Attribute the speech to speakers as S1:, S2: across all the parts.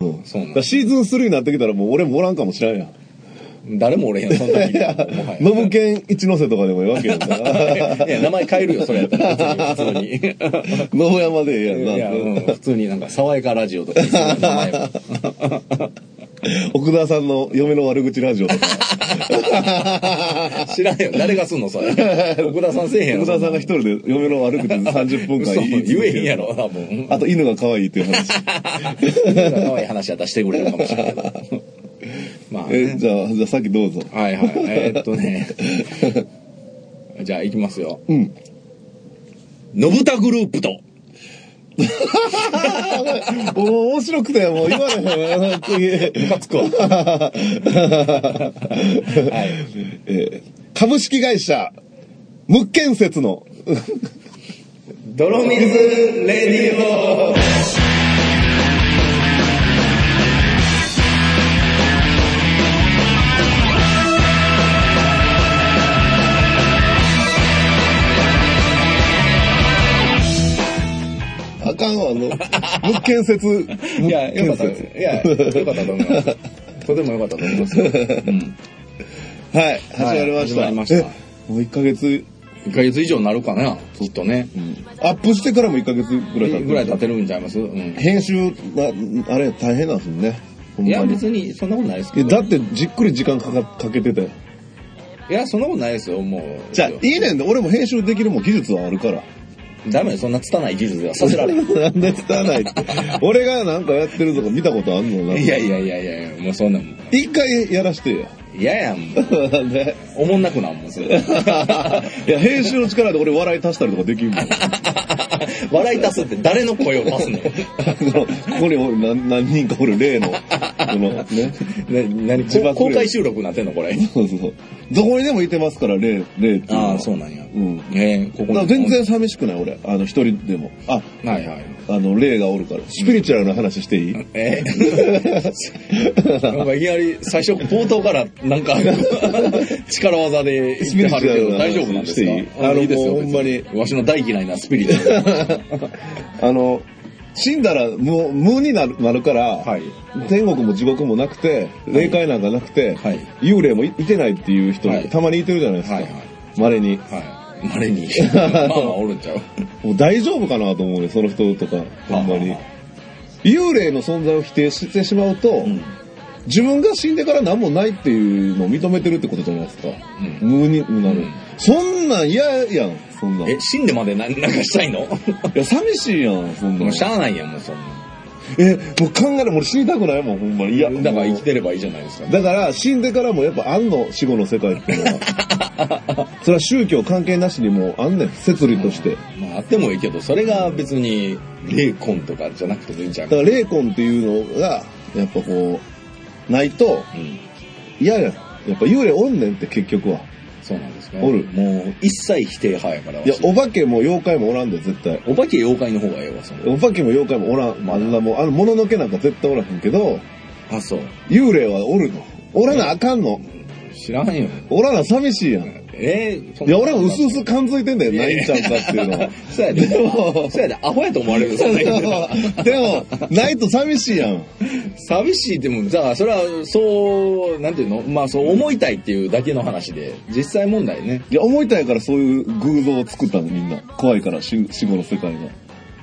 S1: うん。
S2: そうなん
S1: だからシーズン3になってきたらもう俺もおらんかもしれんやん。
S2: 誰もおれへんやんそんなに。
S1: いや
S2: もは、や
S1: ノブケン一ノ瀬とかでもいいわけやん か
S2: いや、名前変えるよ、それやったら。普通 に。普通に
S1: 野山でええ
S2: いや、
S1: やんな。
S2: うん普通になんか、爽やかラジオとかにする名前を。
S1: 奥田さんの嫁の悪口ラジオとか。
S2: 知らんよ。誰がすんの、そ れ。奥田さんせえへん
S1: 奥
S2: やろ。
S1: 田さんが一人で嫁の悪口30分間
S2: 嘘
S1: 言い
S2: 言
S1: 続け
S2: え
S1: る
S2: へんやろ、多分。
S1: あと犬が可愛いっていう 話。
S2: 可愛い話やったらしてくれるかもしれんけど。まあ、
S1: え、
S2: ね。
S1: じゃあ、じゃあさっきどうぞ。
S2: はいはい。えーっとね。じゃあ、行きますよ。
S1: うん。
S2: 信田グループと。
S1: もう面白くて、もう言われへんわ。本 当に。
S2: ムカつくわ。はい。
S1: えー株式会社、無建設の。
S2: 泥水レディオ
S1: あかんわ、あの、無建設。
S2: い や、よかったです。いや、よかったと思います。とてもよかったと思います。うん。
S1: はい、始まりました。
S2: はい始まりました
S1: えもう1ヶ月、
S2: 1ヶ月以上になるかな、きっとね。
S1: アップしてからも1ヶ月ぐらい経って
S2: ぐらい経ってるんちゃいますうん。
S1: 編集、なあれ、大変なんですね。ほん
S2: い
S1: ま
S2: や、
S1: に。
S2: 別にそんなことないです
S1: い
S2: け
S1: や
S2: ど。
S1: だって、じっくり時間かかかけてたよ。
S2: いや、そんなことないですよ、もう。
S1: じゃあ、いいねんで、俺も編集できるもん技術はあるから。
S2: ダメよ、そんな拙い技術ではさせられん。
S1: なんで伝わないって。 俺がなんかやってるとか見たことあんのない
S2: やいやいやいやいや、もうそんなん、
S1: 一回やらして よ。
S2: 嫌やん、もう。
S1: ね
S2: おもんなくなんもん、そ れ。
S1: いや、編集の力で俺笑い足したりとかできるもん。あ
S2: 笑い足すって誰の声を出す の
S1: の、ここに俺何何人かおる例の、この、ね。
S2: な、何
S1: 自爆
S2: 公開収録なってんのこれ。
S1: そうそうそう。どこにでもいてますから、例、例っていうのは
S2: ああ、そうなんや。
S1: うん
S2: ええこ
S1: だか
S2: こ
S1: ら
S2: に。
S1: 全然寂しくない、俺。あの、一人でも。あ、
S2: はいはい。
S1: あの、例がおるから。スピリチュアルな話していい
S2: えなんかいきなり最初冒頭からなん か力技で
S1: スピ
S2: 言っ
S1: リチ
S2: て
S1: ュア
S2: はるけ
S1: ル
S2: ど
S1: な
S2: 大丈夫なんで
S1: 話し
S2: すか
S1: ていい
S2: あのいいですよ
S1: もうほんまに
S2: 別わしの大嫌いなスピリチュアル
S1: あの、死んだら無無になるなるから、
S2: はい
S1: 天国も地獄もなくて、霊界なんかなくて、
S2: はい
S1: 幽霊もいいてないっていう人、
S2: はい
S1: たまにいてるじゃないですか。
S2: はいはい
S1: 稀に。
S2: はいまれ にまあまあおるんちゃう
S1: もう大丈夫かなと思うね、その人とか、ほんまに
S2: はあは。
S1: 幽霊の存在を否定してしまうと、
S2: うん
S1: 自分が死んでから何もないっていうのを認めてるってことじゃないですか。
S2: う
S1: 無になる。
S2: うん
S1: そんなん嫌やん、そんなん。
S2: え
S1: い
S2: 死んでまでななんかしたいの
S1: や、寂しいやん、そんな
S2: も
S1: ん
S2: う。しゃあないやんもうそんな
S1: え、もう考える、もう死にたくないもん、ほんまに。いや、
S2: だから生
S1: もう
S2: きてればいいじゃないですか
S1: だから死んでからもやっぱあんの死後の世界っていうのは それは宗教関係なしにもうあんねん摂理としてだ
S2: まああってもいいけどそれが別に霊魂とかじゃなくてもいいんちゃう
S1: から霊魂っていうのがやっぱこうないと
S2: うん
S1: 嫌やんやっぱ幽霊おんねんって結局は
S2: そうなんですね
S1: おる
S2: もう一切否定派やから
S1: いや
S2: わし
S1: お化けも妖怪もおらんで絶対
S2: お化け妖怪の方がええわその
S1: お化けも妖怪もおらんあんなもうあのもののけなんか絶対おらへんけど
S2: あそう
S1: 幽霊はおるのおらなあかんの
S2: 知らんよ
S1: おらな寂しいやんい
S2: えーそんな
S1: や俺もうすうす感づいてんだよ
S2: いやい
S1: 何
S2: や
S1: ちゃんかっていうのは
S2: そうやで
S1: でも
S2: そうやでアホやと思われるそんな人
S1: でもないと寂しいやん
S2: 寂しいでもじゃあそれはそうなんていうのまあそう思いたいっていうだけの話で実際問題ね
S1: いや、思いたいからそういう偶像を作ったの、みんな。怖いから、死死後の世界が。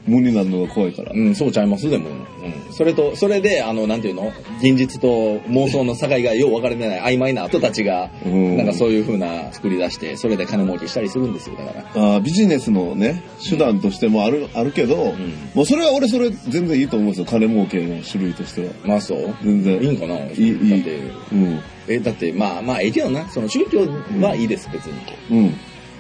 S1: 無になるのが怖いから。
S2: うんそうちゃいますでも、うん、それとそれであのなんていうの現実と妄想の境がよう分かれてない曖昧な人たちが
S1: うん
S2: なんかそういう風な作り出してそれで金儲けしたりするんですよだから
S1: あービジネスのね、手段としてもある、あるけど、
S2: ん
S1: もうそれは俺それ全然いいと思うんですよ。金儲けの種類としては。
S2: まあそう
S1: 全然。
S2: いいんかない
S1: い、い
S2: だっ
S1: い
S2: て。
S1: うん。
S2: えだってまあまあええけどなその宗教はいいです別に
S1: うん。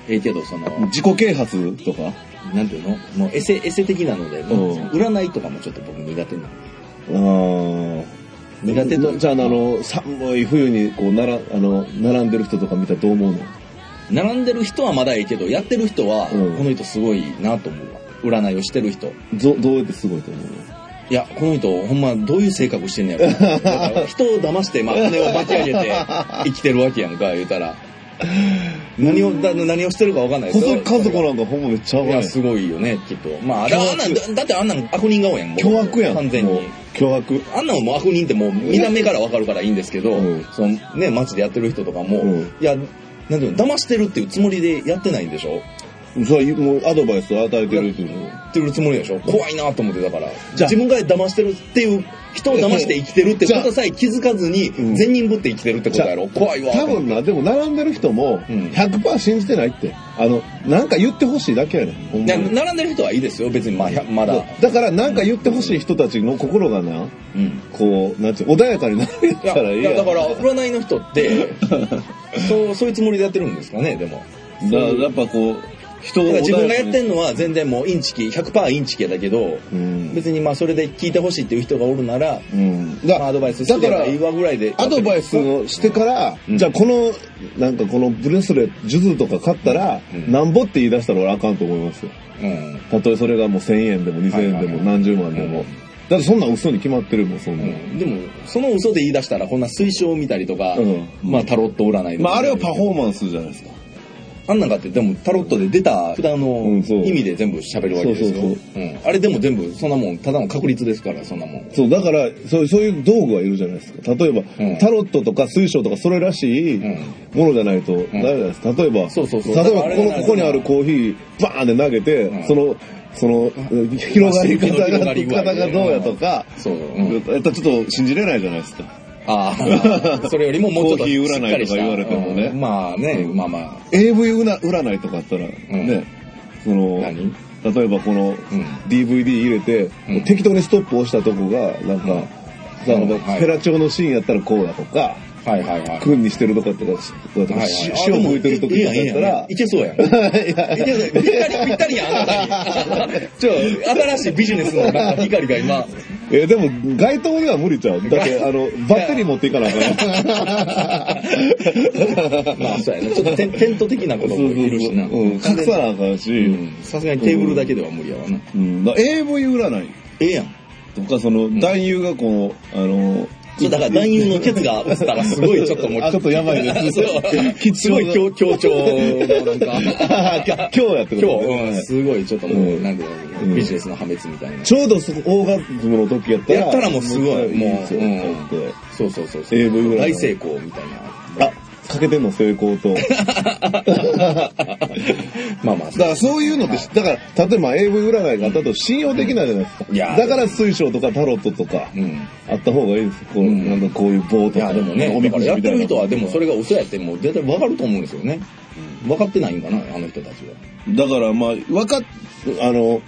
S2: ええけどその
S1: 自己啓発とか
S2: なんていうのもうエセエセ的なのでもう
S1: うん
S2: 占いとかもちょっと僕苦手なの
S1: あー
S2: 苦手と
S1: なじゃあ、あの、寒い冬に、こう、なら、あの、並んでる人とか見たらどう思うの
S2: 並んでる人はまだええけどやってる人はこ
S1: うん
S2: の人すごいなと思うわ占いをしてる人
S1: どどうやってすごいと思うの
S2: いやこの人ほんまどういう性格してんねやろ なだから人を騙してまあ金を巻き上げて生きてるわけやんか言うたら何をだ何をしてるかわかんない
S1: 細木和
S2: それ
S1: 子
S2: が
S1: なんかほんまめっちゃ
S2: い
S1: 危な
S2: や、
S1: い。
S2: すごいよね、きっと。まあ、あれ
S1: 凶悪
S2: あんなんだ、だってあんなん悪人顔やん、もう
S1: 凶悪やん
S2: 完全に
S1: も。脅迫。
S2: あんなのもう悪人ってもう見た目からわかるからいいんですけど、
S1: うん
S2: そのね、街でやってる人とかも、
S1: うん
S2: いや、なんていうの、騙してるっていうつもりでやってないんでしょ
S1: それはもうアドバイスを与えてるっていうの。
S2: やってるつもりでしょ怖いなと思ってだから。
S1: じゃあ
S2: 自分が騙してるっていう、人を騙して生きてるってことさえ気づかずに
S1: う、ん
S2: 善人ぶって生きてるってことやろ怖いわ。
S1: 多分な、でも並んでる人も
S2: うん
S1: 100%信じてないって。あの、なんか言ってほしいだけやねん。ほん
S2: い
S1: ま
S2: や
S1: に
S2: 並んでる人はいいですよ、別にまあひゃまだ。
S1: だからなんか言ってほしい人たちの心がな、
S2: うん。
S1: こう、なんていう穏やかになれ
S2: いや
S1: たらいい
S2: い
S1: や
S2: や
S1: ん
S2: だから占いの人って そうそういうつもりでやってるんですかねでも
S1: だからやっぱこう、人
S2: だから自分がやって
S1: ん
S2: んのは全然もうインチキ100%インチキやだけど
S1: うん。
S2: 別にまあそれで聞いてほしいっていう人がおるなら、
S1: うん。
S2: ま
S1: だ
S2: あ、アドバイスし
S1: だ
S2: て
S1: から
S2: いいわぐらいで
S1: アドバイスをしてから、
S2: うん
S1: じゃあこの、なんかこのブレスレット、数珠とか買ったら、
S2: うん
S1: なんぼって言い出したら俺あかんと思いますよ。
S2: うん
S1: たとえそれがもう1000円でも2000円で
S2: はいはいは
S1: も
S2: い
S1: 何十万でも。だってそんなん嘘に決まってるもん、そん
S2: う
S1: なん。
S2: んでもその嘘で言い出したらこんな推奨を見たりとか、
S1: うん
S2: まあタロット占いと
S1: ま
S2: か
S1: ああれはパフォーマンスじゃないですか。
S2: あんなんかってでもタロットで出た札の
S1: うんそう
S2: 意味で全部喋るわけですよ、、
S1: そううそうん
S2: あれでも全部そんなもんただの確率ですからそんなもん
S1: そう、だから、そうそういう道具はいるじゃないですか。例えば、
S2: うん
S1: タロットとか水晶とかそれらしい
S2: うん
S1: ものじゃないとダメなんです。例えば、
S2: そうそうそう
S1: 例え
S2: だ
S1: ば
S2: からあれ
S1: この
S2: がない
S1: ここにあるコーヒー、バーンって投げて、
S2: うん
S1: その、その、広がり方が、
S2: 広がり具合
S1: 方がどうやとか、
S2: そう、うん
S1: やっぱちょっと信じれないじゃないですか。
S2: ああ、 それよりももうちょっと
S1: コーヒ
S2: し
S1: ー
S2: っ
S1: 占いとか
S2: かりした。
S1: 言われてもね
S2: うんまあね、まあまあ。
S1: AV うな占いとかあったら、ね、その、
S2: 何
S1: 例えばこの
S2: うん
S1: DVD 入れて、
S2: うん
S1: 適当にストップ押したとこが、なんか、
S2: うん
S1: その
S2: うんはい
S1: ペラチョのシーンやったらこうだとか、
S2: はいはいはい。
S1: クンにしてるとかとか、とか
S2: はいはい
S1: し
S2: あ
S1: 塩向いてる時
S2: い
S1: と
S2: や
S1: か
S2: いや
S1: や
S2: いや
S1: ったら
S2: い、けそうやん。いけそうぴったり、ぴったりやん、あなたに。ちょ、新しいビジネスのなんか光が今、
S1: えでも街灯には無理ちゃう。だって、あの、バッテリー持っていかなあかんやん。
S2: まあそうやね。ちょっとテンテント的なこともいるしな。
S1: うん、隠さなあかんし、
S2: うんさすがにテーブルだけでは無理やわな。
S1: うん、だから AV 占い
S2: ええやん。
S1: とか、その、男優がこう、あの、
S2: そう、だから男優のケツが映ったらすごいちょっともう、
S1: あちょっとやばいです
S2: そうすごい強強調のなんか。
S1: 今日やって
S2: 今
S1: こと
S2: 日、うん、すごいちょっとも
S1: う
S2: う、
S1: ん
S2: なんていう
S1: うん
S2: の、ビジネスの破滅みたいな。
S1: ちょうどそこオーガズムの時やったら。
S2: やったらもうすごいもう
S1: ですよ
S2: うん
S1: だって
S2: そうそうそうそう。
S1: AV ぐらい
S2: 大
S1: の
S2: 成功みたいな。
S1: あ、かけてんの成功と。 だ
S2: まあまあ、
S1: からそういうのって、だから、例えば AV 占いがあったと信用できないじゃないですか。
S2: うんいや
S1: だから水晶とかタロットとか、
S2: うん。
S1: あった方がいいです。こう、
S2: うん
S1: なんかこういう棒
S2: い
S1: と
S2: や、
S1: か。
S2: でもね、
S1: お
S2: だ
S1: み
S2: か
S1: く
S2: ら
S1: じ
S2: やっ
S1: みた
S2: て
S1: い
S2: る
S1: な
S2: 人は、でもそれが嘘やって、もう絶対わかると思うんですよね。分かってないんかな、あの人たちは。
S1: だからまあ、わかっ、あの、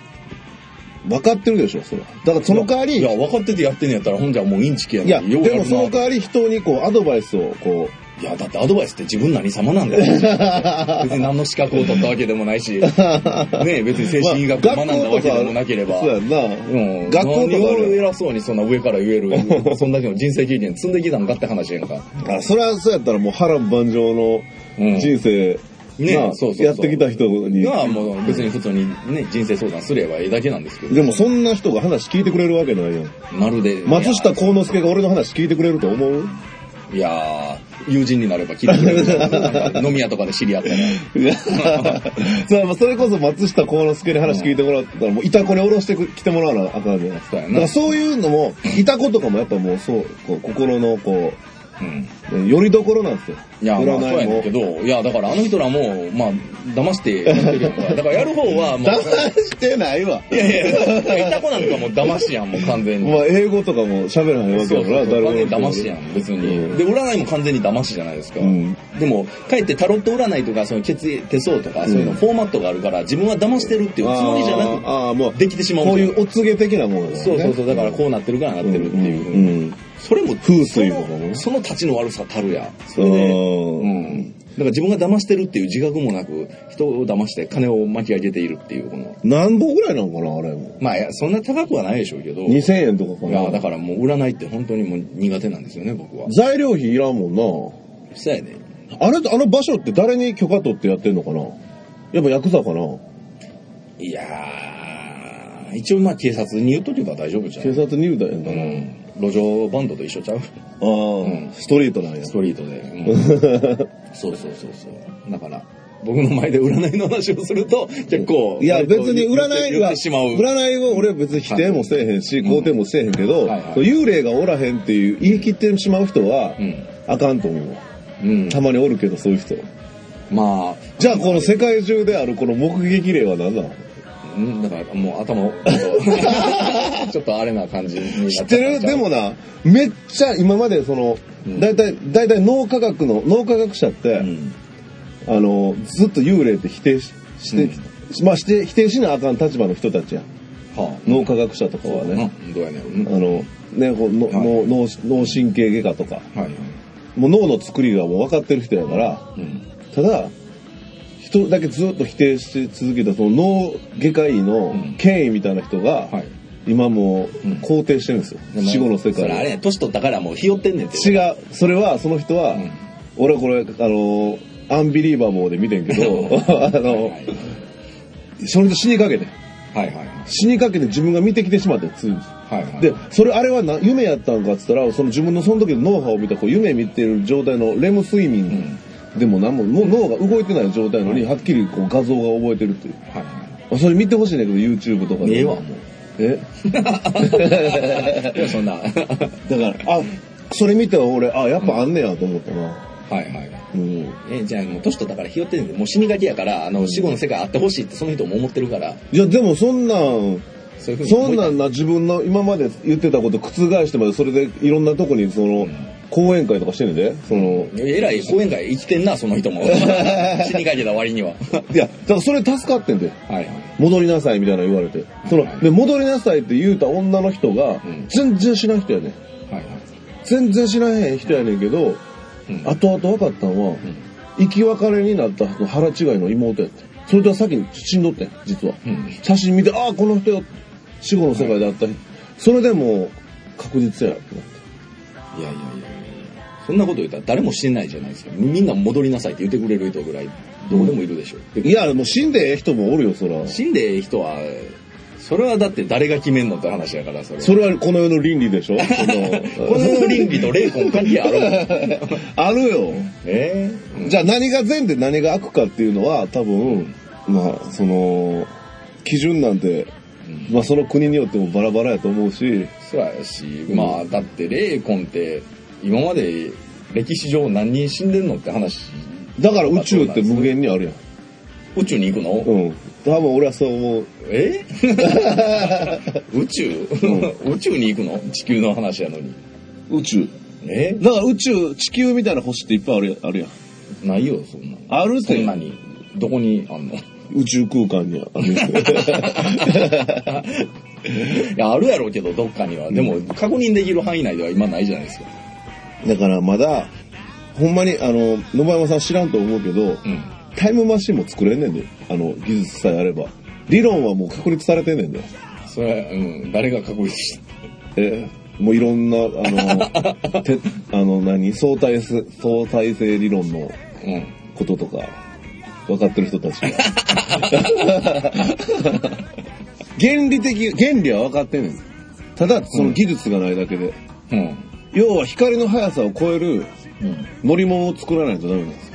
S1: 分かってるでしょ、それは。だからその代わり、
S2: いや、分かっててやってんのやったら、ほんじゃもうインチキや
S1: いや、
S2: な。よう
S1: で
S2: る
S1: も
S2: な
S1: その代わり人にこう、アドバイスをこう、
S2: いや、だってアドバイスって自分何様なんだ よ。別に何の資格を取ったわけでもない し、ね別に精神医学を学んだわけでもなければ。
S1: そうやんな。
S2: うん、
S1: 学校とかあ
S2: 何を
S1: る
S2: 偉そうにそんな上から言える、そんだけの人生経験積んできたんかって話やんか。
S1: あそれはそうやったらもう波乱万丈の
S2: うん
S1: 人生、
S2: ね
S1: まあ
S2: そうそうそう
S1: やってきた人に、
S2: まあもう別に普通にね、人生相談すればええだけなんですけど。
S1: でもそんな人が話聞いてくれるわけないやん。
S2: まるで。
S1: 松下幸之助が俺の話聞いてくれると思 う
S2: いやー、友人になれば聞いてくれるなんか。飲み屋とかで知り合ったら。
S1: いやそれはそれこそ松下幸之助に話聞いてもらったら、もういたこに下ろしてきてもらわなあかんじゃないです
S2: そう
S1: か。
S2: や
S1: だ
S2: な
S1: からそういうのも、いたことかもやっぱもうそう、こう心のこ
S2: うん。
S1: う、ねよりどころなんですよ。
S2: いや、まあそうや
S1: 占い
S2: ねん
S1: も
S2: け。ど、いや、だからあの人らも、まあ、騙してやってるやんか。だからやる方はも
S1: 騙
S2: う、
S1: してないわ。
S2: いやいやいや、いた子なんかもう騙しやん、もう完全に。
S1: まあ英語とかも喋らないわけ
S2: そ
S1: や
S2: う
S1: から
S2: そう、
S1: 誰も
S2: 完全に騙しやん、別に。
S1: うん
S2: で、占いも完全に騙しじゃないですか。
S1: うん
S2: でも、かえってタロット占いとか、その血液手相とか、そういう
S1: う
S2: の
S1: ん
S2: フォーマットがあるから、自分は騙してるっていうつもりじゃな
S1: あーあーもう
S2: く、できてしまう。
S1: こういうお告げ的なものだよね。
S2: そうそうそう、だからこうなってるからなってるってい
S1: うん
S2: う。
S1: うんうん
S2: それも、
S1: 風水とかもね
S2: その立ちの悪さたるや。それで、う
S1: うん
S2: ん。だから自分が騙してるっていう自覚もなく、人を騙して金を巻き上げているっていう、この。
S1: 何本ぐらいなのかな、あれも。
S2: まあいや、そんな高くはないでしょうけど。
S1: 2000円とかか
S2: い
S1: な。
S2: やだからもう占いって本当にもう苦手なんですよね僕は
S1: 材料費いらんも
S2: そうやね
S1: んな。あれ、あの場所って誰に許可取ってやってんのかなやっぱヤクザかない
S2: やー一応まあ警察に言っとけば大丈夫じゃん
S1: 警察入団やんだ
S2: う
S1: な。
S2: ん路上バンドと一緒ちゃう
S1: ああ、ストリートなんや
S2: ス。トリートで、うんそうそうそうそうだから僕の前で占いの話をすると、結構。
S1: いや、別に占い
S2: 言っ
S1: は、
S2: てしまう。
S1: 占いを俺は別に否定もせえへんし、肯定もせえへんけど、
S2: はいはい
S1: その幽霊がおらへんっていう言い切ってしまう人は、
S2: うん。
S1: あかんと思う。
S2: うん。
S1: たまにおるけど、そういう人。
S2: まあ、
S1: じゃあ、この世界中であるこの目撃例は何なの
S2: うんだからもう頭を、 ちょっとちょっとあれな感じになっち
S1: 知
S2: ゃ
S1: っ
S2: う
S1: てるで、もな、めっちゃ今までその
S2: う、ん
S1: 大体、大体脳科学の、脳科学者って、
S2: うん。
S1: あの、ずっと幽霊って否定しして、まあして、否定しなあかん立場の人たちや。
S2: はあ。
S1: 脳科学者とかはね。
S2: うん。どうやねん。うん
S1: あの、ね、こうの
S2: はい
S1: 脳脳脳神経外科とか、
S2: はい。
S1: もう脳の作りがもう分かってる人やから、
S2: うん。
S1: ただ、人だけずっと否定し続けたその脳外科医の
S2: うん
S1: 権威みたいな人が、
S2: はい。
S1: 今もう
S2: うん
S1: 肯定してるんですよ。
S2: でも
S1: 死後の世界
S2: それあれや、年取ったからもうひよってんねんて。
S1: 違う。それは、その人は、
S2: うん
S1: 俺これ、あのーアンビリーバボーで見てんけ ど、あの、
S2: はい
S1: それで死にかけて、
S2: はいはいはい。
S1: 死にかけて自分が見てきてしまって、ついに。
S2: はいはい。
S1: で、それあれはな夢やったんかっつったら、その自分のその時の脳波を見た、こう夢見てる状態のレム睡眠でもなんも、もう脳が動いてない状態なのに、はっきりこう画像が覚えてるっていう。
S2: はいは
S1: あそれ見てほしいねんだけど、YouTube とか
S2: い。
S1: で。
S2: ねえわ、も
S1: え
S2: う。いや、そんな。はい
S1: だから、あ、それ見て俺、あ、やっぱあんねやと思ったな。
S2: はい。
S1: うん。
S2: え、じゃあもう年取ったからひよってんねんて。もう死にがけやから、あの、死後の世界あってほしいってその人も思ってるから、
S1: いや、でもそんなん、
S2: そういうふうに思
S1: そ
S2: い
S1: んなんな自分の今まで言ってたこと覆してまでそれでいろんなとこにその講演会とかしてんねんでその
S2: えらい講演会生きてんな、その 人も。死にかけた割には。
S1: いやだからそれ助かってんで
S2: はいはい。
S1: 戻りなさいみたいなの言われてそので戻りなさいって言うた女の人が
S2: うん
S1: 全然知らん人やねん
S2: はいはい。
S1: 全然知らへん人やねんけど
S2: うん
S1: 後々分かったんは
S2: うん
S1: 生き別れになった腹違いの妹やってそれとは先に死んどってん実は
S2: うん
S1: 写真見てああこの人よ死後の世界であった人それでもう確実やってなって
S2: いやいやいやいやそんなこと言ったら誰もしてないじゃないですか。みんな戻りなさいって言ってくれる人ぐらい、どこでもいるでしょ。
S1: いや、もう死んでええ人もおるよ、そら。
S2: 死んでええ人は、それはだって誰が決めんのって話やから、それは。
S1: それはこの世の倫理でしょその
S2: この世の倫理と霊魂関係ある
S1: あるよ。
S2: ええ
S1: じゃあ何が善で何が悪かっていうのは、多分、まあ、その、基準なんて、
S2: うん
S1: まあその国によってもバラバラやと思うし、
S2: そうやし、まあ、だって霊魂って、今まで歴史上何人死んでんのって話、
S1: だから宇宙って無限にあるやん。
S2: 宇宙に行くの、
S1: うん。多分俺はそう思う。
S2: え宇宙、 宇宙に行くの地球の話やのに。
S1: 宇宙。
S2: え
S1: だから宇宙、地球みたいな星っていっぱいあるやんあるやん。
S2: ないよ、そんなの。
S1: あるっ
S2: そん
S1: て
S2: なに、どこにあんの い
S1: 宇宙空間にある。
S2: や、あるやろうけど、どっかには。でも、確認できる範囲内では今ないじゃないですか。
S1: だからまだ、ほんまにあの、野間山さん知らんと思うけど、
S2: うん。
S1: タイムマシンも作れんねんで、あの、技術さえあれば。理論はもう確立されてんねんで。
S2: それは、うん、誰が確認し
S1: えもういろんな、あの、 てあの、何、相対性、相対性理論の
S2: た。うん。
S1: こととか、分かってる人たち が。原理的、原理は分かってんねん。ただ、その技術がないだけで。
S2: うん。
S1: 要は光の速さを超える
S2: うん。
S1: 乗り物を作らないとダメなんですよ。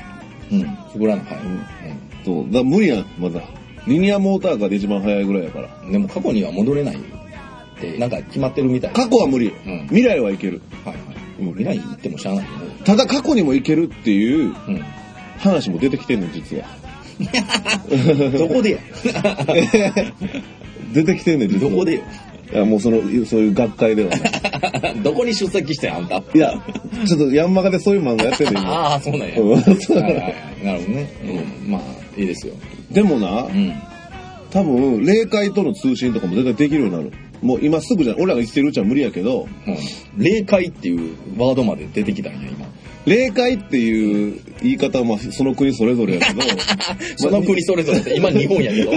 S2: うん。作らない。
S1: そう。だから無理やん、まだ。リニアモーターカーで一番速いぐらいやから。
S2: うん。でも過去には戻れないって、なんか決まってるみたい。
S1: 過去は無理。
S2: うん
S1: 未来はいける。
S2: はいはい。もう未来行ってもしゃあないよね。
S1: ただ過去にもいけるっていう
S2: う
S1: 話も出てきてんの、実は。
S2: ん。 どこでや
S1: 出てきてんねん、実
S2: ど
S1: は。
S2: こでよ
S1: いや、もうその、そういう学会で はね。
S2: どこに出席してんあんた。
S1: いや、ちょっとヤンマガでそういう漫画やってんねん、今。
S2: ああ、そうなんや。
S1: うん
S2: はいはいはいなるほどね。うん。まあ、いいですよ。
S1: でもな
S2: う、ん。
S1: 多分、霊界との通信とかも絶対できるようになる。もう今すぐじゃ、俺らが生きてるうちは無理やけど、
S2: うん霊界っていうワードまで出てきたんや、今。
S1: 霊界っていう言い方は、まあ、その国それぞれや けど、
S2: その国それぞれで、今日本や けど。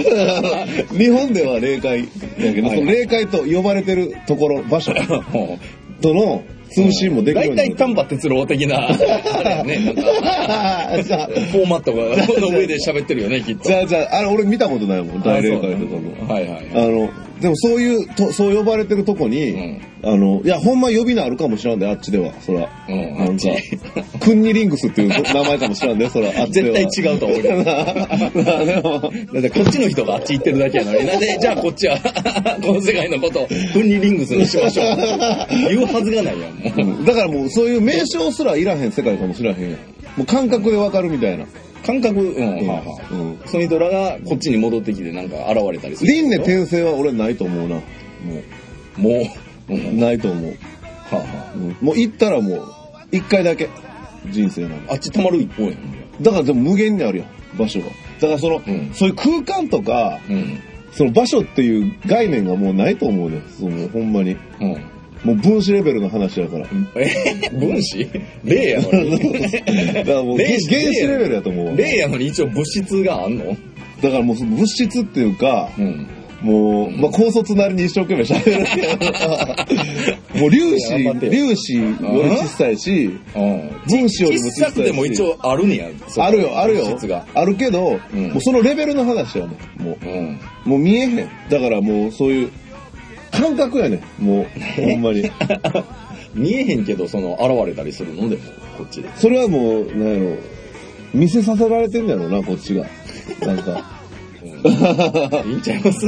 S1: 日本では霊界やけど、
S2: はいはい
S1: その霊界と呼ばれてるところ、場所
S2: うん
S1: との通信もできるよう
S2: 大
S1: になる。
S2: 体丹波哲郎的な、あれやね、なんか、
S1: じゃあ
S2: フォーマットが、この上で喋ってるよね、きっと。
S1: じゃあじゃあ、あれ俺見たことないもん、大霊界とかも。
S2: はいはい。
S1: あの、でもそういうと、そう呼ばれてるとこに、あの、いや、ほんま呼び名あるかもしらんで、あっちでは、そら。
S2: うん
S1: なんか
S2: あっ、
S1: クンニリングスっていう名前かもしらんで、そら、あっちで
S2: 絶
S1: は。
S2: 対違うと思うよ。
S1: 対違う。でも
S2: だってこっちの人があっち行ってるだけやのに、なんで、じゃあこっちは、 この世界のことを、フンリリングスにしましょう。言うはずがないやん、もう。
S1: うんだからもうそういう名称すらいらへん世界かもしらへんやん。もう感覚でわかるみたいな。
S2: 感覚、うん、
S1: うん
S2: はあはあ
S1: うん
S2: その人らがこっちに戻ってきてなんか現れたりする。
S1: 輪廻転生は俺ないと思うな。も
S2: もう、
S1: う、
S2: うん、は
S1: ないと思う。
S2: あは
S1: うんもう行ったらもう、一回だけ、人生なの。
S2: ああっち溜まる一方やん。
S1: だからでも無限にあるやん、場所が。だからその、
S2: うん
S1: そういう空間とか、
S2: うん。
S1: その場所っていう概念がもうないと思うね。そのほんまに。
S2: うん。
S1: もう分子レベルの話やから。
S2: え分子霊やのに。
S1: だからもう原
S2: 霊
S1: 原子レベルやと思うわ。
S2: 霊やのに一応物質があんの
S1: だからもうその物質っていうか、
S2: うん。
S1: もう、まあ、高卒なりに一生懸命 喋るけど、もう粒
S2: いや頑張っ
S1: 子、
S2: てよ
S1: 粒子より小さいし、
S2: うん。
S1: 分子よりも小
S2: 小
S1: さ
S2: さ
S1: いし。
S2: くでも一応あるんや。
S1: あるよ、あるよ
S2: 物質が。。
S1: あるけど、
S2: うん
S1: もうそのレベルの話やねんも
S2: うん。
S1: う、もう見えへん。だからもうそういう、感覚やねんもう、ほんま に。
S2: 見えへんけど、その、現れたりするのでも、こっちで。
S1: それはもう、なんやろ、見せさせられてんだろうな、こっちが。なんか。
S2: うん いいんちゃいます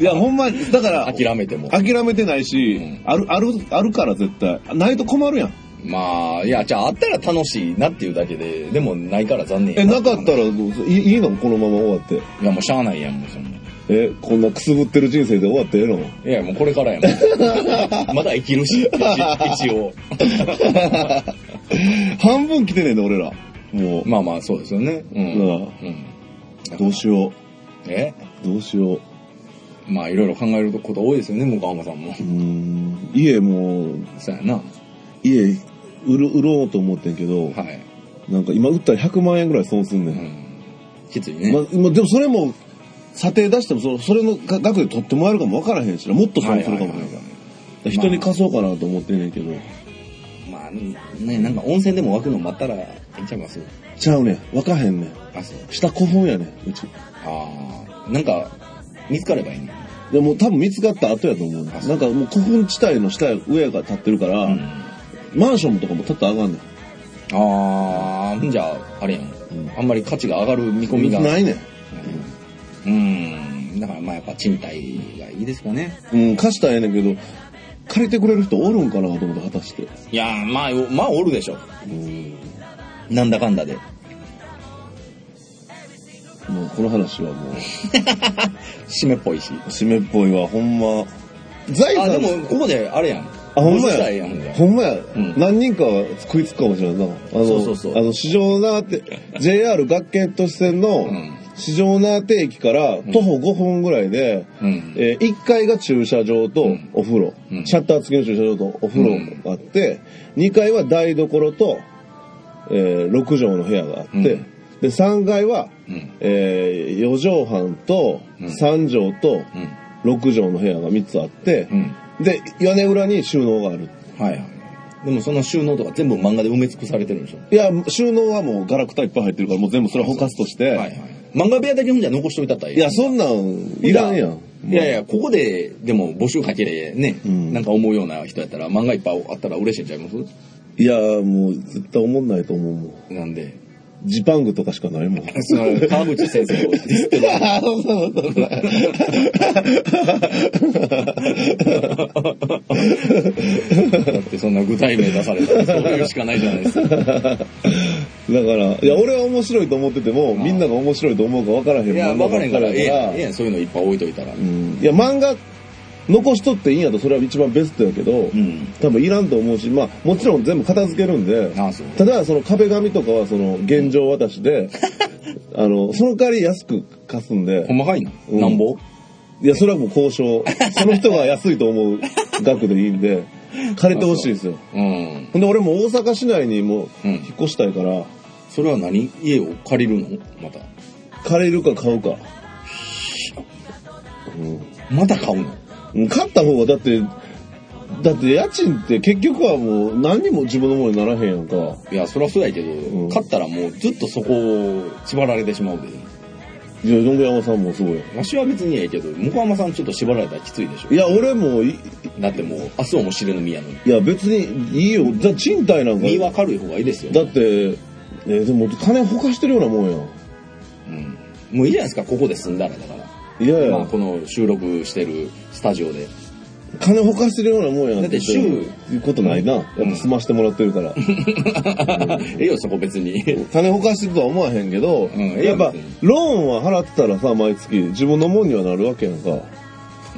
S1: いや、ほんまに、だから、
S2: 諦めても。
S1: 諦めてないし、
S2: うん
S1: ある、ある、あるから絶対。ないと困るやん。
S2: まあ、いや、じゃあ、あったら楽しいなっていうだけで、でもないから残念や
S1: え、なかった
S2: ら。
S1: らどうすいいいのこのまま終わって。
S2: いや、もうしゃあないやん、もうそんな。
S1: え、こんなくすぶってる人生で終わってええの
S2: いや、もうこれからやもん。 まだ生きるし、一一応。
S1: 半分来てねえんだ、俺ら。もう。
S2: まあまあ、そうですよね。う。
S1: うん
S2: うん。
S1: どうしよ
S2: え
S1: う。どうしよう。
S2: まあ、いろいろ考えること多いですよね、向川さんも
S1: う。ーん。家もう、
S2: そうやな。は
S1: 家、売る、売ろうと思ってんけど、
S2: い。
S1: なんか今売ったら100万円ぐらい損すんね。
S2: うんん。きついね。
S1: ままでもそれも、査定出してもその、それの額で取ってもらえるかもわからへんしな。もっと損するかも
S2: はい
S1: ね
S2: はいはい
S1: 人に貸そうかなと思ってんねんけど。
S2: まあ、ね、なんか温泉でも湧くの待ったら、いいんちゃいます
S1: ちゃうねん。わかへんねん。
S2: あ、そう。
S1: 下古本やねん、うち。
S2: ああ。なんか、見つかればいいね。
S1: でも多分見つかった後やと思うね
S2: あ
S1: なんかもう古墳地帯の下や上が立ってるから、
S2: うん。
S1: マンションとかも立ったら上がんねん。
S2: ああ、ほんじゃあ、あれやん,、
S1: ん
S2: あんまり価値が上がる見込みが。
S1: ないねん。
S2: うん。だからまあやっぱ賃貸がいいですかね。
S1: うん、貸したらええねんけど、借りてくれる人おるんかなと思って果たして。
S2: いやー、まあ、まあおるでしょ。
S1: うん。
S2: なんだかんだで。
S1: もうこの話はもう、
S2: 締めっぽいし。
S1: 締めっぽいわ、ほんま。財
S2: あ、
S1: 産、
S2: でも、ここで、あれやん。
S1: あほんま
S2: 50歳
S1: や。
S2: やんじゃ。
S1: ほんまや、
S2: うん
S1: 何人かは食いつくかもしれないな。あの、
S2: そうそうそう
S1: あの、市場なって、JR 学研都市線の
S2: うん
S1: 市場なって駅から徒歩5分ぐらいで、
S2: うん。
S1: え1階が駐車場と
S2: うん
S1: お風呂、
S2: うん
S1: シャッター付きの駐車場とお風呂があって、2階は台所と、え6畳の部屋があって、
S2: うん
S1: で3階は、
S2: うん。
S1: え4畳半と
S2: うん
S1: 3畳と
S2: うん。
S1: 6畳の部屋が3つあって
S2: う、ん。
S1: で屋根裏に収納がある
S2: はいはい。でもその収納とか全部漫画で埋め尽くされてるんでしょ。
S1: いや収納はもうガラクタいっぱい入ってるからもう全部それはほかすとして、
S2: はいはい。漫画部屋だけほんじゃ残しといたったら
S1: いやそんなんいらんやん
S2: いやいや、ここで、でも募集かけれね、
S1: うん
S2: なんか思うような人やったら、漫画いっぱいあったら嬉しいんちゃいます
S1: いやもう絶対思んないと思うもん
S2: なんで。
S1: ジパングとかしかないもん
S2: その、川口先生をディスってた。
S1: あそうそうそうそう。
S2: だってそんな具体名出されたら、そういうしかないじゃないですか。
S1: だから、いや、俺は面白いと思ってても、みんなが面白いと思うか分からへん
S2: いや、
S1: 漫画
S2: わ
S1: ば
S2: か
S1: っ
S2: らへんから、
S1: や
S2: ええやんええやん、そういうのいっぱい置いといたら。
S1: う
S2: うん
S1: いや、漫画残しとっていいんやと、それは一番ベストやけど、
S2: ん。
S1: 多分いらんと思うし、まあ、もちろん全部片付けるんで、
S2: ああ、そう。
S1: ただ、その壁紙とかは、その、現状渡し で、あの、その代わり安く貸すんで
S2: ほ、んまかいな。
S1: うん
S2: なんぼ
S1: いや、それはもう交渉。その人が安いと思う額でいいん で、借りてほしいんですよ。
S2: うん。
S1: ほんで、俺も大阪市内にもう
S2: うん
S1: 引っ越したいから、
S2: それは何家を借りるのまた。
S1: 借りるか買うか。
S2: また買うの
S1: うん買った方がだって、だって家賃って結局はもう何にも自分のものにならへんやんか。
S2: いや、そりゃそうやけど、
S1: ん
S2: 買ったらもうずっとそこを縛られてしまうで。
S1: いや、横山さんもすごい。
S2: わしは別にええけど、横浜さんちょっと縛られたらきついでしょ
S1: い。や、俺もい、
S2: だってもう、明日も知れぬ身やのに。
S1: いや、別にいいよ。じゃあ賃貸なんか。
S2: 身は軽い方がいいですよ。
S1: だって、えーでも金ほかしてるようなもんやん。
S2: うん。もういいじゃないですか、ここで住んだらだから。
S1: いやい
S2: まあ、
S1: や、
S2: この収録してるスタジ オで。
S1: 金ほかしてるようなもんやん。
S2: だって週
S1: いうことないな。やっぱ済ましてもらってるから。
S2: ええよ、そこ別に。
S1: 金ほかしてるとは思わへんけど、
S2: うん
S1: やっぱ
S2: いや別に、
S1: ローンは払ってたらさ、毎月、自分のもんにはなるわけやんか。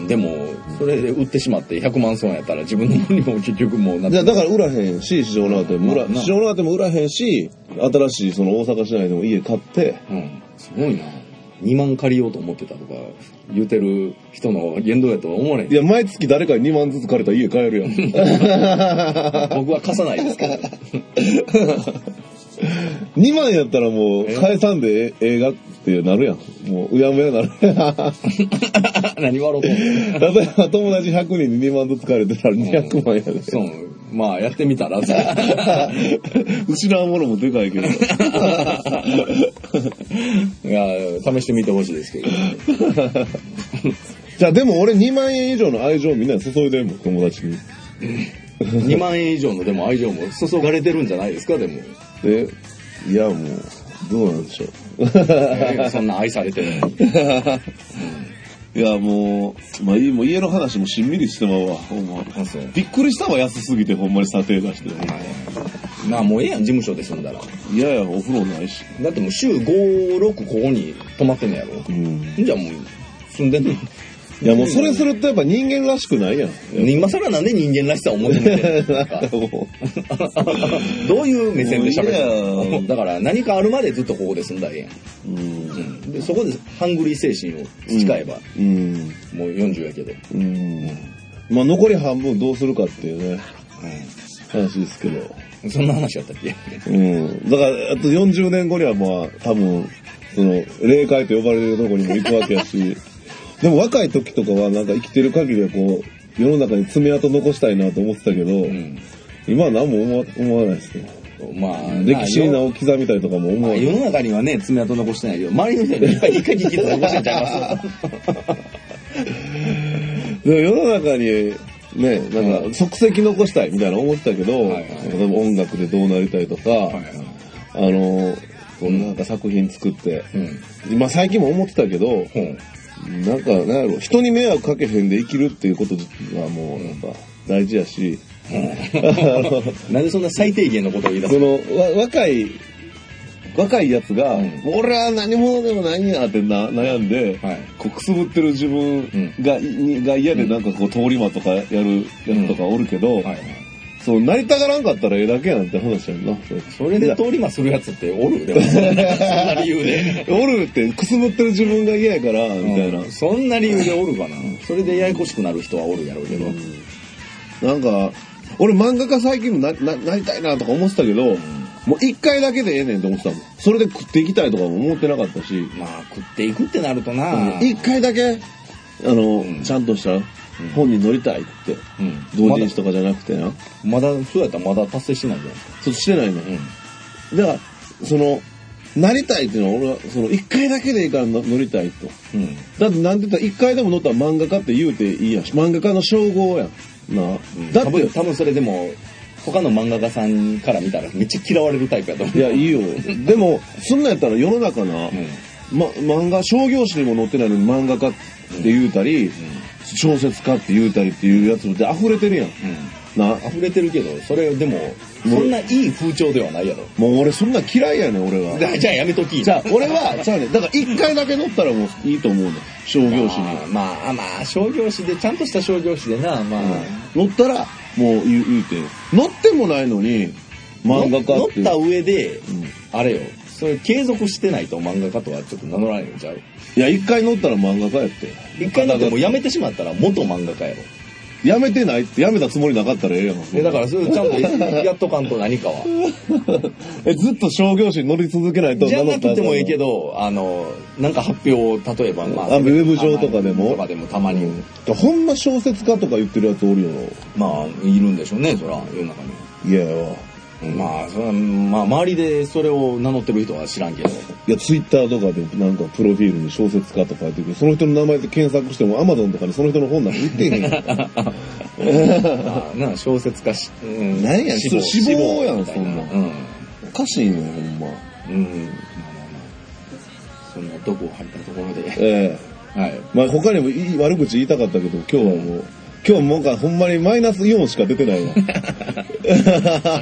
S2: でも、それで売ってしまって100万損やったら自分のものにも結局もうな
S1: じ
S2: んて
S1: ゃあ、だから売らへんし、市場のあても売ら、
S2: まあな
S1: 市場のあても売らへんし、新しいその大阪市内でも家買って、
S2: うん。すごいな。2万借りようと思ってたとか言うてる人の言動やとは思われへん
S1: い。や、毎月誰かに2万ずつ借りたら家買えるやん。
S2: 僕は貸さないですけど。
S1: 2万やったらもう、
S2: え
S1: 返さんでええ映画ってなるやん。もう、うやむやなる。
S2: 何笑うとん
S1: 例えば友達100人に2万ずつ借りてたら200万やで、
S2: のそう。まあ、やってみ たらさ。
S1: 失うものもでかいけ ど。
S2: いや、試してみてほしいですけど。
S1: じゃあでも俺2万円以上の愛情をみんなに注いでんもん、友達に。
S2: 2万円以上のでも愛情も注がれてるんじゃないですか、で も。
S1: え、いやもう、どうなんでしょ
S2: えそんな愛されてるのに。
S1: う。いやもう、まあいい、もう家の話もしんみりしてまうわ、ほんま。
S2: あそう
S1: びっくりしたわ、安すぎてほんまに査定出して。
S2: はいなあ、もうええやん、事務所で住んだら。だ
S1: いやいや、お風呂ないし。
S2: ってもう週5、6ここに泊まってんのやろ。
S1: うん。
S2: じゃあもう、住んで んの
S1: いやもうそれするとやっぱ人間らしくないや ん。
S2: 今更なんで人間らしさを求めてるのか
S1: も
S2: どういう目線で喋
S1: もうい
S2: っ
S1: い
S2: て
S1: や
S2: る
S1: ん
S2: だから何かあるまでずっとここで住んだらええやん。
S1: う、うん。
S2: うんでそこでハングリー精神を培えば、
S1: うん。
S2: もう40やけど、
S1: うん。まあ残り半分どうするかっていうね、話ですけど。
S2: そんな話やったっけ
S1: うん。だから、あと40年後にはまあ、多分、その、霊界と呼ばれるとこにも行くわけやし、 でも若い時とかはなんか生きてる限りはこう、世の中に爪痕残したいなと思ってたけど、
S2: うん
S1: 今は何も思わ思わないですね。
S2: まあ
S1: 歴史に名
S2: な
S1: を刻みたりとかも思わ
S2: まあ
S1: ない。
S2: 世の中にはね爪痕残してないけど周りの人にいっぱいいいかに生き残してん ちゃいます
S1: でも世の中に、ね、なんか、即席残したいみたいな思ってたけど、
S2: はいはい
S1: 例えば音楽でどうなりたいとか、あの、こうなんか作品作って、
S2: うん
S1: まあ最近も思ってたけど、なんか、なんやろ、人に迷惑かけへんで生きるっていうことがもう、なんか、大事やし、 あの
S2: なんでそんな最低限のことを言い出す
S1: そ
S2: の
S1: の、わ若い、若いやつが、
S2: うん
S1: 俺は何者でもないんやってな悩んで、
S2: はい
S1: こうくすぶってる自分が,、にが嫌でなんかこう通り魔とかやるやつとかおるけど、
S2: はいはい
S1: そう、なりたがらんかったらええだけやんって話やんな。そう
S2: それで通り魔するやつっておる でもそんな理由で
S1: おるって、くすぶってる自分が嫌やから、みたいな。
S2: そんな理由でおるかなそれでややこしくなる人はおるやろうけど
S1: なんか、俺漫画家最近なななりたいなとか思ってたけど、もう一回だけでええねんと思ってたもん。それで食っていきたいとかも思ってなかったし、
S2: まあ食っていくってなるとな
S1: 一回だけ、あの、
S2: ん
S1: ちゃんとした本に乗りたいって、
S2: うん
S1: 同人誌とかじゃなくてな。
S2: まだそうやったらまだ達成してないじゃないですか
S1: そうしてないの。だから、その、なりたいっていうのは俺は、その一回だけでいいからの乗りたいと。
S2: うんうん
S1: だってなんて言ったら一回でも乗ったら漫画家って言うていいやん。漫画家の称号やん。なあ、だ
S2: 多
S1: っ
S2: 分
S1: て、
S2: 多分それでも他の漫画家さんから見たらめっちゃ嫌われるタイプやと思う
S1: いや、いいよ。でも、そんなんやったら世の中な、ま、漫画、商業誌にも載ってないのに漫画家って言うたり、小説家って言うたりっていうやつで溢れてるやん。な、
S2: うん、溢れてるけどそれでもそんないい風潮ではないやろ
S1: もう俺そんなん嫌いやねん、俺は。
S2: じゃあやめとき
S1: じゃあ、俺は、じゃあね、だから一回だけ乗ったらもういいと思うの。商業誌に。
S2: まあまあまあ商業誌でちゃんとした商業誌でなまあ、
S1: 乗ったら、もう言う言うて。乗ってもないのに、漫画家
S2: 乗
S1: っ。
S2: ってた上で、
S1: ん
S2: あれよそれ継続してないと漫画家とはちょっと名乗らないんちゃう
S1: いや、一回乗ったら漫画家やって。
S2: 一回だってもうやめてしまったら元漫画家やろ
S1: やめてないって、やめたつもりなかったらええやん。
S2: えだからそれちゃ んとやっとかんと何かは
S1: え、ずっと商業誌に乗り続けないと
S2: じゃなくてもいいけ
S1: ど。
S2: ど、あの、なんか発表を、例えば、まあ、
S1: あウェブ上とかでも
S2: とかでもたまに、
S1: ほんま小説家とか言ってるやつおるよ。
S2: まあ、いるんでしょうね、そら、世の中に。
S1: いやいや。
S2: まあそれはまあ周りでそれを名乗ってる人は知らん けど
S1: いや、ツイッターとかでなんかプロフィールに小説家とか書いてるけど、その人の名前で検索してもアマゾンとかにその人の本なんて売ってへんやん。
S2: あな小説家し、うん
S1: なんやそう死亡やん
S2: みたい
S1: そんなん
S2: うん
S1: おかしいねん、ほんま。
S2: うんまあまあまあそんな毒を吐いたところで
S1: ええ
S2: はい
S1: まあ他にもいい悪口言いたかったけど、今日はもう、今日もなんかほんまにマイナスイオンしか出て ないわ。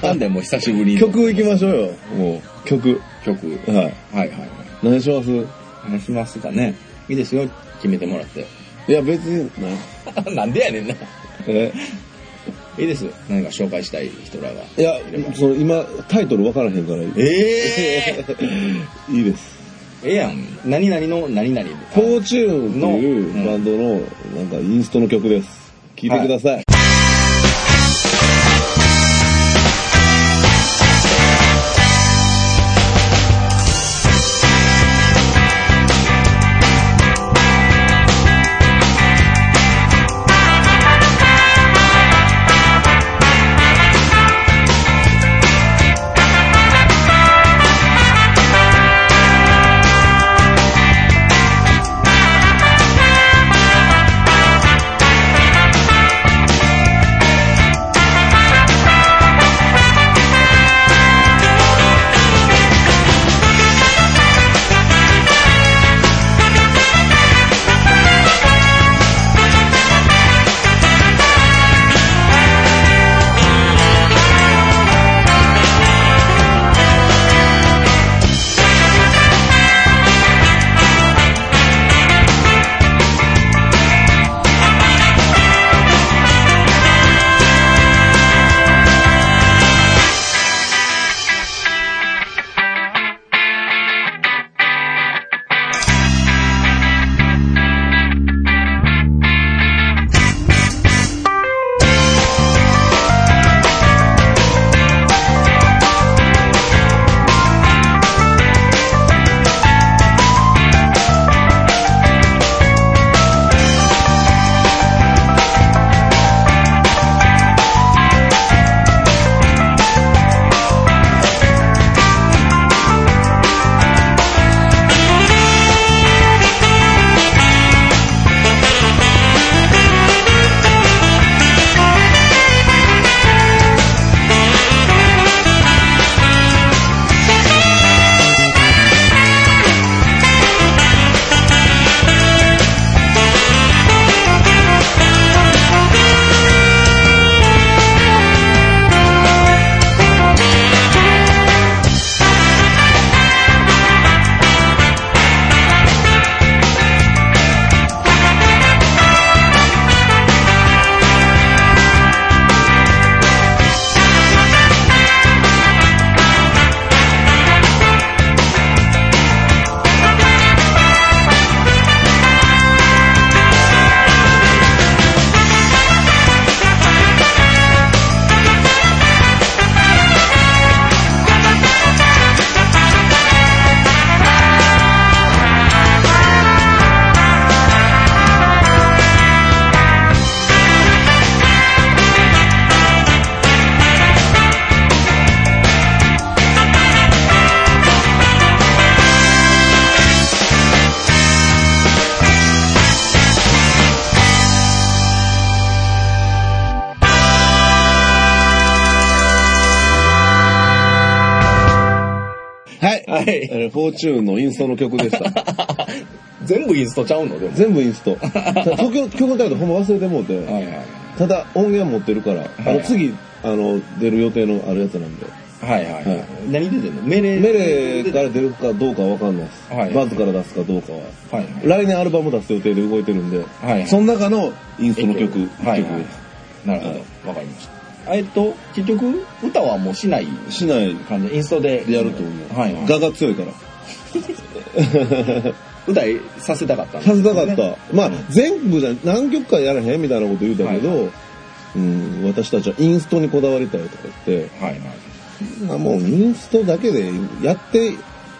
S2: なんでもう久しぶりに
S1: 曲行きましょうよ、もう。曲。
S2: 曲はい
S1: はい。
S2: はいはい
S1: 何します
S2: 話しますかねいいですよ決めてもらって
S1: いや、別に、 な、
S2: なんでやねんな
S1: え
S2: いいですよ何か紹介したい人らが
S1: いや、その今、タイトル分からへんから、
S2: え え
S1: いいです。
S2: ええやん何々の何々
S1: フォーチューンっていう
S2: の
S1: バンドの、なんかインストの曲です。聴いてください。はい。
S2: はい
S1: えーフォーチューンのインストの曲でした。
S2: 全部インストちゃうのでも
S1: 全部インス ト。曲曲のタイトルほんま忘れてもうて。
S2: はいはい
S1: ただ、音源持ってるから、あ
S2: は
S1: の、
S2: い
S1: 次、あの、出る予定のあるやつなんで。
S2: はいは
S1: は
S2: い、はいい、何出てんのメレ
S1: メレーから出るかどうかはわかんないです。
S2: はい
S1: バズから出すかどうかは。
S2: はい
S1: 来年アルバム出す予定で動いてるんで、
S2: はいはい
S1: その中のインストの曲、一曲
S2: はい
S1: で
S2: はい
S1: す。
S2: なるほどわかりましたえっと結局歌はもうしない
S1: しない
S2: 感じインストで
S1: でやると思う。
S2: はい、はい、
S1: 画が強いから。
S2: 歌させたかったんで
S1: さ
S2: す
S1: せたか
S2: ね
S1: った。まあ、全部じゃ、何曲かやらへんみたいなこと言うたけど、うん、私たちはインストにこだわりたいとか言って、
S2: はいはい
S1: まあもうインストだけでやって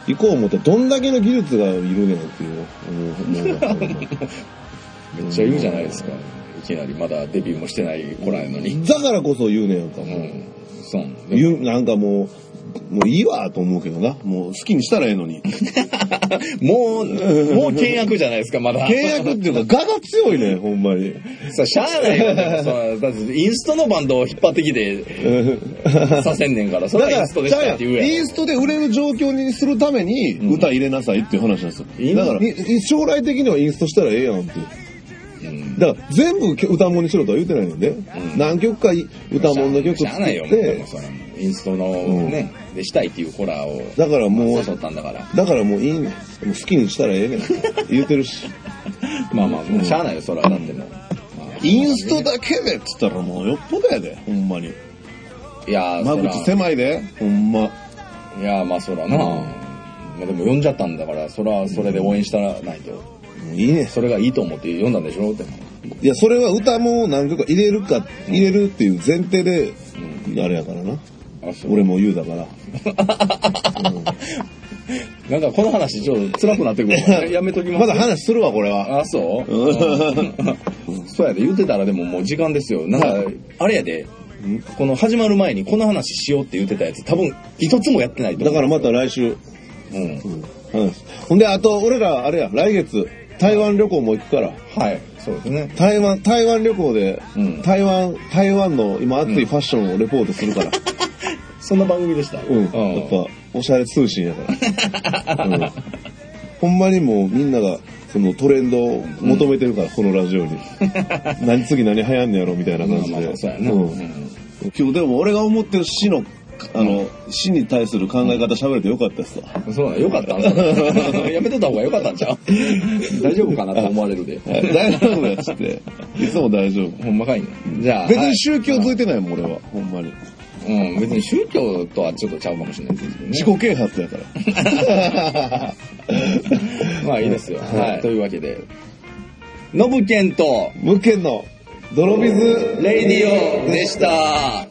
S1: いこう思って、どんだけの技術がいるねんっていう。うん
S2: めっちゃ言うじゃないですかいきなりまだデビューもしてない子らやのに
S1: だからこそ言うねんか、
S2: う
S1: もう。
S2: んそうなんだ
S1: 言うなんかもう、もういいわと思うけどな。もう好きにしたらええのに。
S2: もう、もう倹約じゃないですか、まだ。
S1: 契約っていうか、我が強いね、ほんまに。
S2: さしゃあない よね。そうだってインストのバンドを引っ張ってきて させんねんから、それはインストでしたって言うやん。
S1: インストで売れる状況にするために歌入れなさいっていう話なんですよ。
S2: うん
S1: だから、い将来的にはインストしたらええやんっていう。
S2: うん
S1: だから全部歌もんにしろとは言ってないので、
S2: ん
S1: 何曲か歌もんの曲
S2: しゃあ
S1: 作っ
S2: ないよ、もう
S1: て、
S2: それもインストのね、でしたいっていうコラを
S1: だからも
S2: 誘
S1: う、
S2: ったんだから。
S1: だからもういいねんもう好きにしたらええねん。言うてる し。
S2: まあまあ、もうしゃあないよ、それは。だってもう。
S1: インストだけでっつったらもうよっぽどやで、ほんまに。
S2: いやー、
S1: 間
S2: そ
S1: 口
S2: ら。
S1: 狭いで、ほんま。
S2: いやー、まあそらな。まあでも呼んじゃったんだから、そらそれで応援したらないと。
S1: もういいねん
S2: それがいいと思って読んだんでしょって。
S1: いや、それは歌も何曲か入れるか、入れるっていう前提で、あれやからな。
S2: あそう
S1: 俺も言うだから。
S2: なんかこの話ちょっと辛くなってくる。やめときます。
S1: まだ話するわ、これは。
S2: あ、そう、そうやで、言ってたらでももう時間ですよ。なんか、あれやで、この始まる前にこの話しようって言ってたやつ、多分一つもやってないと
S1: だ
S2: 思
S1: か
S2: う。
S1: らまた来週。
S2: うん。
S1: うん。ほんで、あと、俺ら、あれや、来月、台湾旅行も行くから。
S2: はい、そうですね。
S1: 台湾、台湾旅行で、
S2: うん
S1: 台湾、台湾の今熱いファッションをレポートするから。
S2: そんな番組でした。
S1: うん。やっぱ、おしゃれ通信やから。うんほんまにもうみんなが、そのトレンドを求めてるから、このラジオ に。何次何流行んねやろみたいな
S2: ま
S1: 感
S2: あ
S1: じ
S2: まあまあ、そうや
S1: で。
S2: な。
S1: う
S2: うんん
S1: 今日でも俺が思ってる死の、あの、死に対する考え方喋れてよかったっすわ。
S2: そうだ、よかったん だ。やめとった方がよかったんちゃう大丈夫かなと思われるで。
S1: はい大丈夫やっつって。いつも大丈夫。
S2: ほんまかいね。じゃあ、
S1: 別に宗教づいてないもん、俺は。ほんまに。
S2: はいうん、別に宗教とはちょっとちゃうかもしれないですけどね。
S1: 自己啓発やから。
S2: まあいいですよ。はい。というわけで、ノブケンと、
S1: 無権の泥水
S2: レイディオでした。